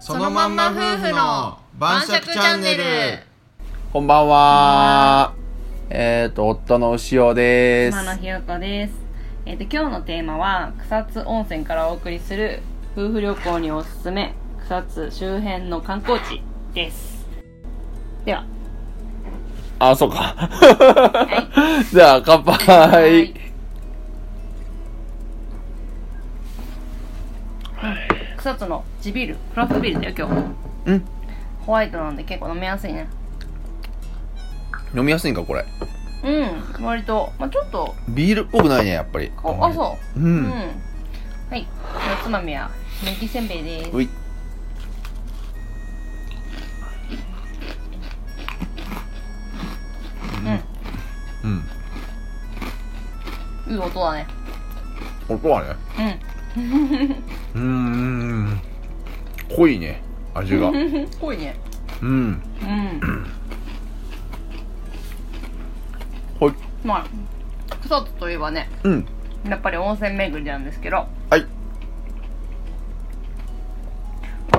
そのまんま夫婦の晩酌チャンネルこんばんは。えっ、と、夫の牛尾です今。のひよこです。えっ、と今日のテーマは草津温泉からお送りする夫婦旅行におすすめ草津周辺の観光地です。では、あ、そうか。 はじゃあ、乾杯。うん草津の地ビール、クラフトビールだよ今日。うん。ホワイトなんで結構飲みやすいね。飲みやすいんか、これ。うん、割と、まあちょっと、ビールっぽくないね、やっぱり。おあ、そう。う。う。うんはい。おつまみは、ネギせんべいです。うい。うん。いい音だね。音はね、う。うーん。濃いね、味が。うん濃いね。ん。うん。濃い。まあ、草津といえばね、うん。やっぱり温泉巡りなんですけど、はい。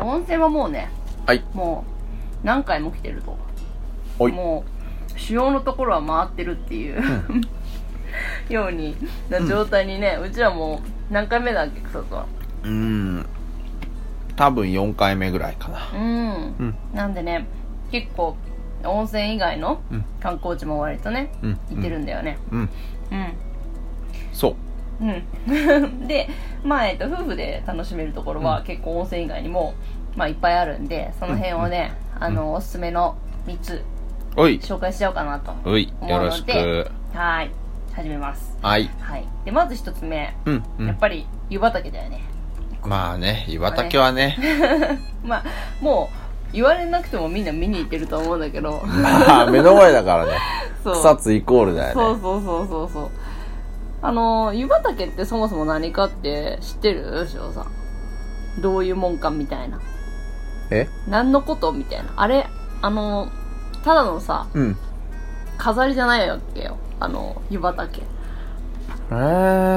温泉はもうね、はい。もう、何回も来てると。おい。もう、主要のところは回ってるっていう、 ように、な状態にね、うちらもう何回目だっけ、草津は。うーん。多分4回目ぐらいかな。うんうん。なんでね結構温泉以外のうん観光地も割とねうん。行ってるんだよねうん。うん。うんそう。うん でまあ、えっと、夫婦で楽しめるところうは結構温泉以外にも、まあ、いっぱいあるんでその辺をね、あのおすすめの3つおい。紹介しようかなとはおい。思ようろしのでく。ーい始めますはい。はいでまず1つ目、うん。うやっん。ぱり湯畑だよねまあね、岩竹はね、まあもう言われなくてもみんな見に行ってると思うんだけどま あ、目の前だからね。そう草津イコールだそようね。そうそうそうそうあの湯畑ってそもそも何かって知ってる翔さんどういうもんかみたいなえ何のことみたいなあれあのただのさうん。飾りじゃないわけよあの湯畑えー、あ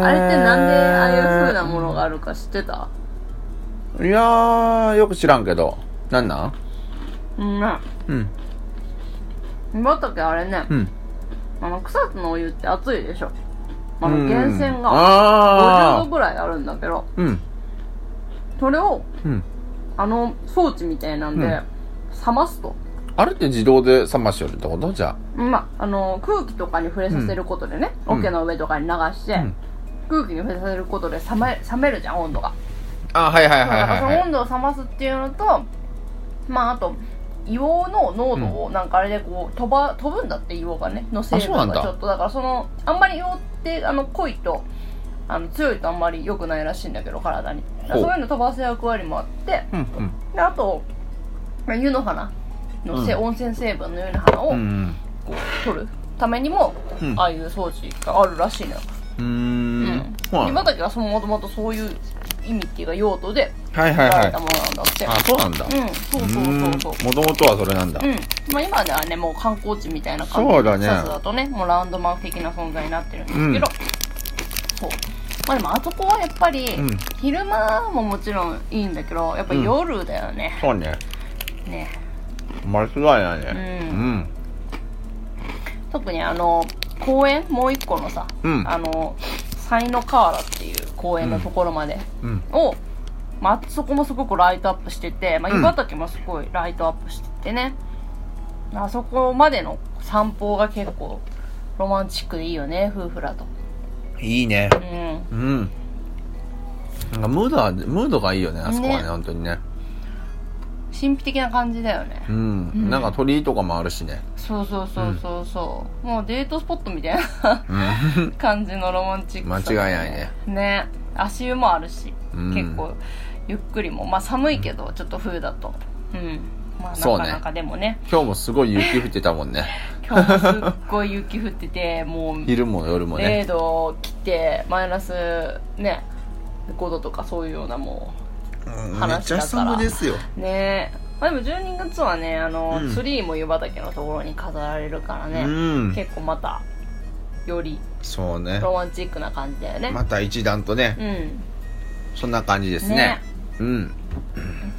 あれってなんでああいう風なものがあるか知ってたいやー、よく知らんけど。なんなんうんねうん。湯畑あれねうん。あの草津のお湯って熱いでしょあのうん源泉が50あ度ぐらいあるんだけどー。うん。それをうん。あの装置みたいなんでうん冷ますと、あれって自動で冷ましてるってことじゃまあ、あの空気とかに触れさせることでね、うん桶の上とかに流して、うん空気に触れさせることで冷め冷めるじゃん温度が、あ。あ、はいはいはいだからそはい、はのい温。度を冷ますっていうのとまああと硫黄の濃度をなんかあれでこう飛ば飛ぶんだって硫黄がねの成あそうな分んだがちょっとだからそのあんまり硫黄ってあの濃いとあの強いとあんまり良くないらしいんだけど体にだからほうそういうの飛ばす役割もあってうんであとまあ湯の花のせ、うん温泉成分の湯の花を、うん。うんこう取るためにも、うんああいう装置があるらしいのよ、う。うんうーん。そうなん今だだけはそのもともとそういう意味っていうか用途ではいはい作らはれいた。ものなんだって、あ、そうなんだ。うんそうそうそうそうもともとはそれなんだ。うんまあ、今ではねもう観光地みたいな感じそうだね草津だとねもうランドマーク的な存在になってるんですけど、うんそうまあでもあそこはやっぱり、うん昼間ももちろんいいんだけどやっぱ夜だよね、そうね。ね間違いないね。。うん特にあの公園もう一個のさ、うんあの才の河原っていう公園のところまでうん。を、まあ、そこもすごくライトアップしてて、まあ、うん湯畑もすごいライトアップしててね、あそこまでの散歩が結構ロマンチックでいいよね夫婦らといいね。うんうん。なんかムードは、ムードがいいよね、あそこはね、ね本当にね。神秘的な感じだよねうん。んなんか鳥居とかもあるしね。そうそうそうそうそう、もうデートスポットみたいなうん。感じのロマンチックさだよ間違いないねね足湯もあるし、うん結構ゆっくりもまあ寒いけどちょっと冬だとうんまあなそうかねなかでもね今日もすごい雪降ってたもんね。 今日もすっごい雪降っ ててもう昼も夜も0ね。度来てマイナスね5度とかそういうようなもうんめっ話ちだゃから寒ですよ。うねまあでも12月はねあの、うんツリーも湯畑のところに飾られるからうね、ん。結構またよりそうね。ロマンチックな感じだよね、また一段とね、うんそんな感じですね。うん。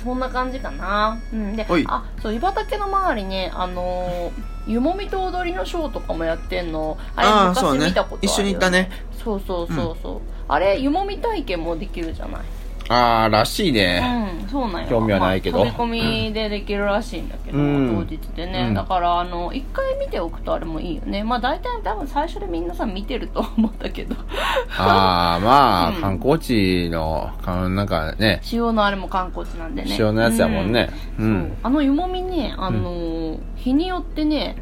そんな感じかな。うん、ではい、あ、そう、湯畑の周りね、あのー、湯もみと踊りのショーとかもやってんの。あれ、ああ、そう昔ね見たことある、。一緒に行った。ね。そうそうそうそう。あれ、湯もみ体験もできるじゃない。ああ、らしいね。うん、そうなんや。興味はないけどまあ飛び込みでできるらしいんだけど、うん当日でね。うんだから、あの、一回見ておくとあれもいいよね。まあ、大体多分最初でみんなさ、見てると思うんだけど。 ああ、まあ、うん観光地の、かなんかね、塩のあれも観光地なんでね。塩のやつやもんね。ううん。んそう。あの湯もみね、あのー日によってね、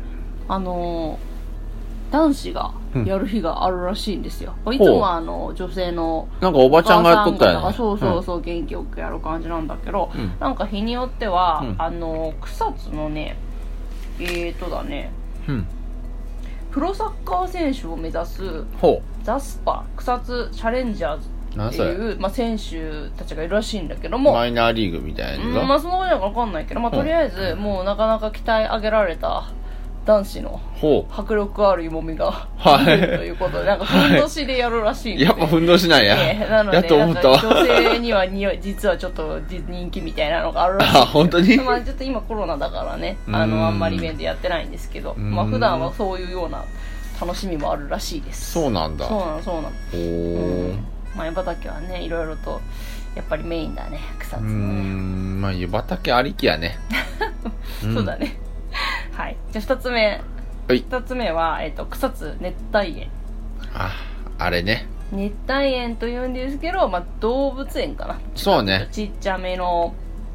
あのー男子がやる日があるらしいんですよ。いつもはあの、女性のなんかおばちゃんがやっとったよお母ね。さんがそうそうそう、元気よくやる感じなんだけど、うんなんか日によっては、うんあの草津のねえーとだねうん。うん。プロサッカー選手を目指すほザスパ草津チャレンジャーズう。なっんてそれいう、まあ、選手たちがいるらしいんだけども、マイナーリーグみたいうんなまのあそのことは分かんないけど、まあ、とりあえずもうなかなか鍛え上げられた男子のほう。迫力ある湯もみが、はい見れるということでなんかふんどしでやるらしいんでやっぱ運動しないや。ええなのでやと思ったなんか女わ。性にはにおい実はちょっとじ人気みたいなのがあるらし いあ本当に まあちょっと今コロナだからねうんあのあんまりイベントやってないんですけどんまあ普段はそういうような楽しみもあるらしいですそうなんだ。そうほなのそうなのう。まあ山畑はねいろいろとやっぱりメインだね草う津ーのねん、まあ、湯畑ありきやね。うんそうだね はいじゃあ2つ目はい2つ目は、えっと草津熱帯園あ、あれね。熱帯園というんですけど、まあ、動物園かなそうね。ちっちゃめの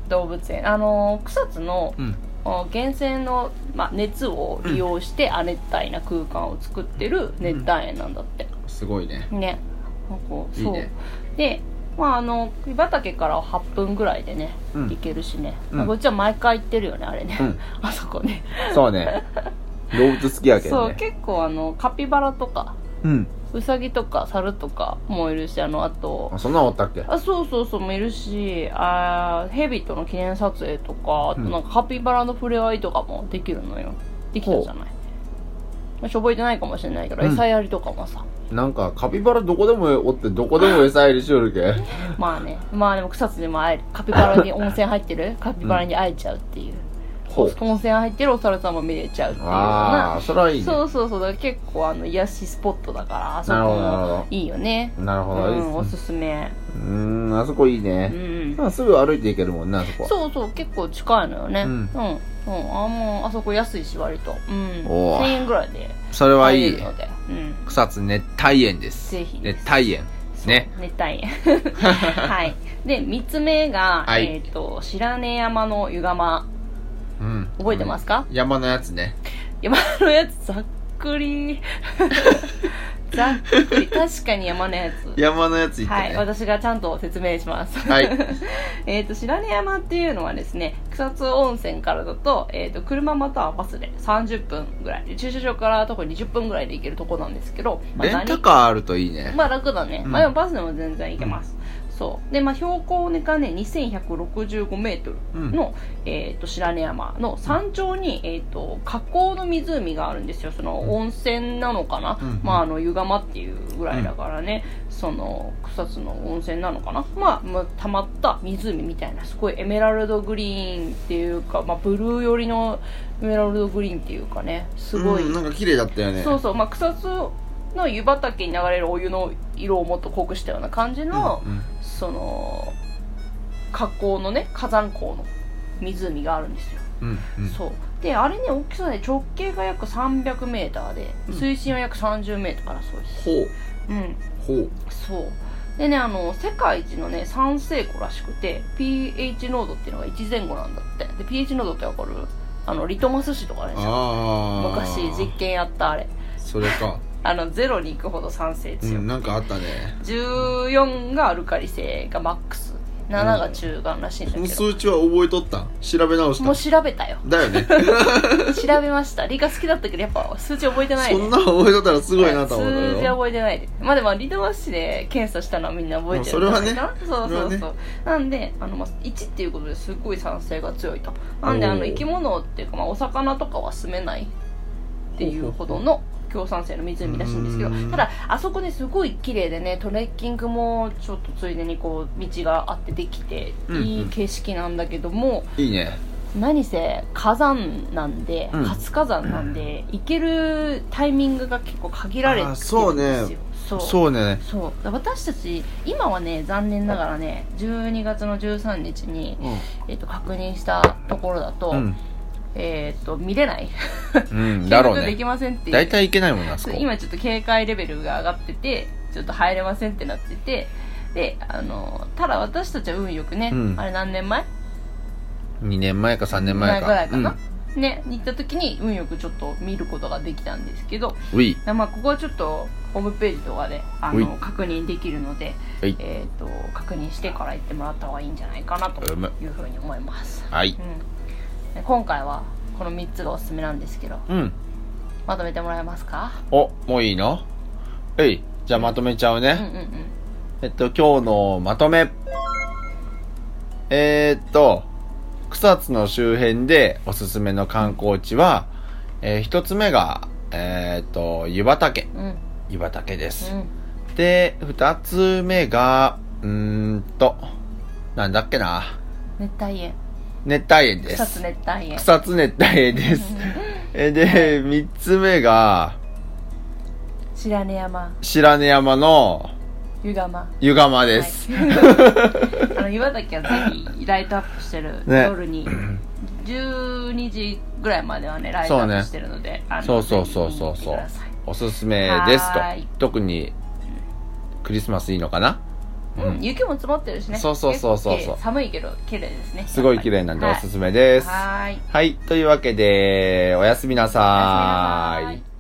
動物園あの草津のうん。あ源泉の、まあ、熱を利用して亜熱帯な空間を作ってる熱帯園なんだって、すごいね。ねなんかそういいねでまああの湯畑から8分ぐらいでね、うん行けるしね、うんまあこっちは毎回行ってるよねあれね、うん あそこねそう ね。動物好きやけそどうね。結構あのカピバラとかうん。ウサギとか猿とかもいるしあのあとあ、そんなんおったっけあそうそうそうもいるしあーヘビとの記念撮影とかあとうんなんかカピバラの触れ合いとかもできるのよできたじゃないまあしょぼいてないかもしれないけど、うん餌やりとかもさなんか、カピバラどこでもおって、どこでも餌やりしよるけ。まあねまあでも草津でも会えるカピバラに温泉入ってるカピバラに会えちゃうっていう、ほう。温泉入ってるお猿さんも見れちゃうっていうようあなあ、それはいいね。そうそうそうだから結構あの癒しスポットだからあそこなるほど、なるほもど。いいよねなるうほど。いいん、おですすすめ、うーん、あそこいいうね。ん、まあすぐ歩いていけるもんね、あそこ。そうそう結構近いのよねううんん、うんあもうあそこ安いし割と、うん、おー1000円ぐらいでそれはい入れいる。ので、うん、草津熱帯園です。ぜひです熱帯園。ね。熱帯 園はいで3つ目が、はいえっ、と白根山の湯釜うん。覚えてますか、山のやつね。山のやつざっ くりざっくり確かに山のやつ山のやつ行っはてい、ね。私がちゃんと説明します。はい。えっと、白根山っていうのはですね、草津温泉からだと、えっ、と、車またはバスで30分ぐらいで、駐車場から徒歩20分ぐらいで行けるとこなんですけど、 まあレンタカーあるといいね何。まあ楽だね。うんまあでもバスでも全然行けます。そう。で、まあ標高がね、2165メートルの、えっ、と、白根山の山頂に、えっ、と、河口の湖があるんですよ。その温泉なのかな、うんまああの湯釜っていうぐらいだからね、その草津の温泉なのかな、まあ、まあ、溜まった湖みたいなすごいエメラルドグリーンっていうか、まあ、ブルー寄りのエメラルドグリーンっていうかねすごい、うんなんか綺麗だったよね。そうそう、まあ、草津の湯畑に流れるお湯の色をもっと濃くしたような感じの、うんその火口のね火山口の湖があるんですようんうんそうであれね大きさで直径が約 300m で水深は約 30m からそうですほううほんうそうでねあの世界一のね酸性湖らしくて pH 濃度っていうのが1前後なんだってで pH 濃度ってわかるあのリトマス紙とかねああ昔実験やったあれそれか、あのゼロに行くほど酸性う強ん、くなんかあったね14がアルカリ性がマックス7が中間らしいんだそけのど、数値は覚えとったん調べ直しもうた調べ たよだよね調べました理科好きだったけどやっぱ数値覚えて ないそねんなの覚えとったらすごいなと思った数字はよ覚えてないでまあでもリトマス紙で検査したのはみんな覚えてるうんそれはねんじゃないかなそうそうそそうれはなんであの、まあ、1っていうことですごい酸性が強いとなんでおーあの生き物っていうか、まあ、お魚とかは住めないっていうほどの共産性の湖らしいんですけどうんただあそこねすごい綺麗でねトレッキングもちょっとついでにこう道があってできてうんうんいい景色なんだけども、いいね何せ火山なんで、うん活火山なんで行けるタイミングが結構限られてるんですよあーそうねそうそうねそう私たち今はね残念ながらね12月の13日に、えっと確認したところだと,、うん、えっと見れないうん、だろう見ること できねませんっていう大体いけないもんなあそこ今ちょっと警戒レベルが上がっててちょっと入れませんってなっててであのただ私たちは運よくね、うんあれ何年前2年前か3年前かぐらいかな、ね行った時に運よくちょっと見ることができたんですけどうん、ういまあここはちょっとホームページとかであういの確認できるので、はいえー、と確認してから行ってもらった方がいいんじゃないかなとうむいうふうに思います、はいうん、で今回はこの3つがおすすめなんですけどうんまとめてもらえますかおもういいのえいじゃあまとめちゃううんうね、んうんえっと今日のまとめえー、っと草津の周辺でおすすめの観光地は、えー一つ目がえー、っと湯畑うんうん湯畑です、で二つ目がうーんとなんだっけな熱帯園熱帯園です草津熱帯園草津熱帯園ですうんえで三つ目が白根山白根山の湯釜湯釜です、 あの岩崎はぜひライトアップしてる、ね夜に12時ぐらいまではねライトアップしてるので、あのそうそうそうそうぜひそう見てくださいおすすめですとはーい特にクリスマスいいのかなうん、雪も積もってるしねそうそうそうそうそう結構綺麗寒いけど綺麗ですねすごい綺麗なんではおいすすめです、はーいはいというわけでおやすみなさおやーすみなさーいい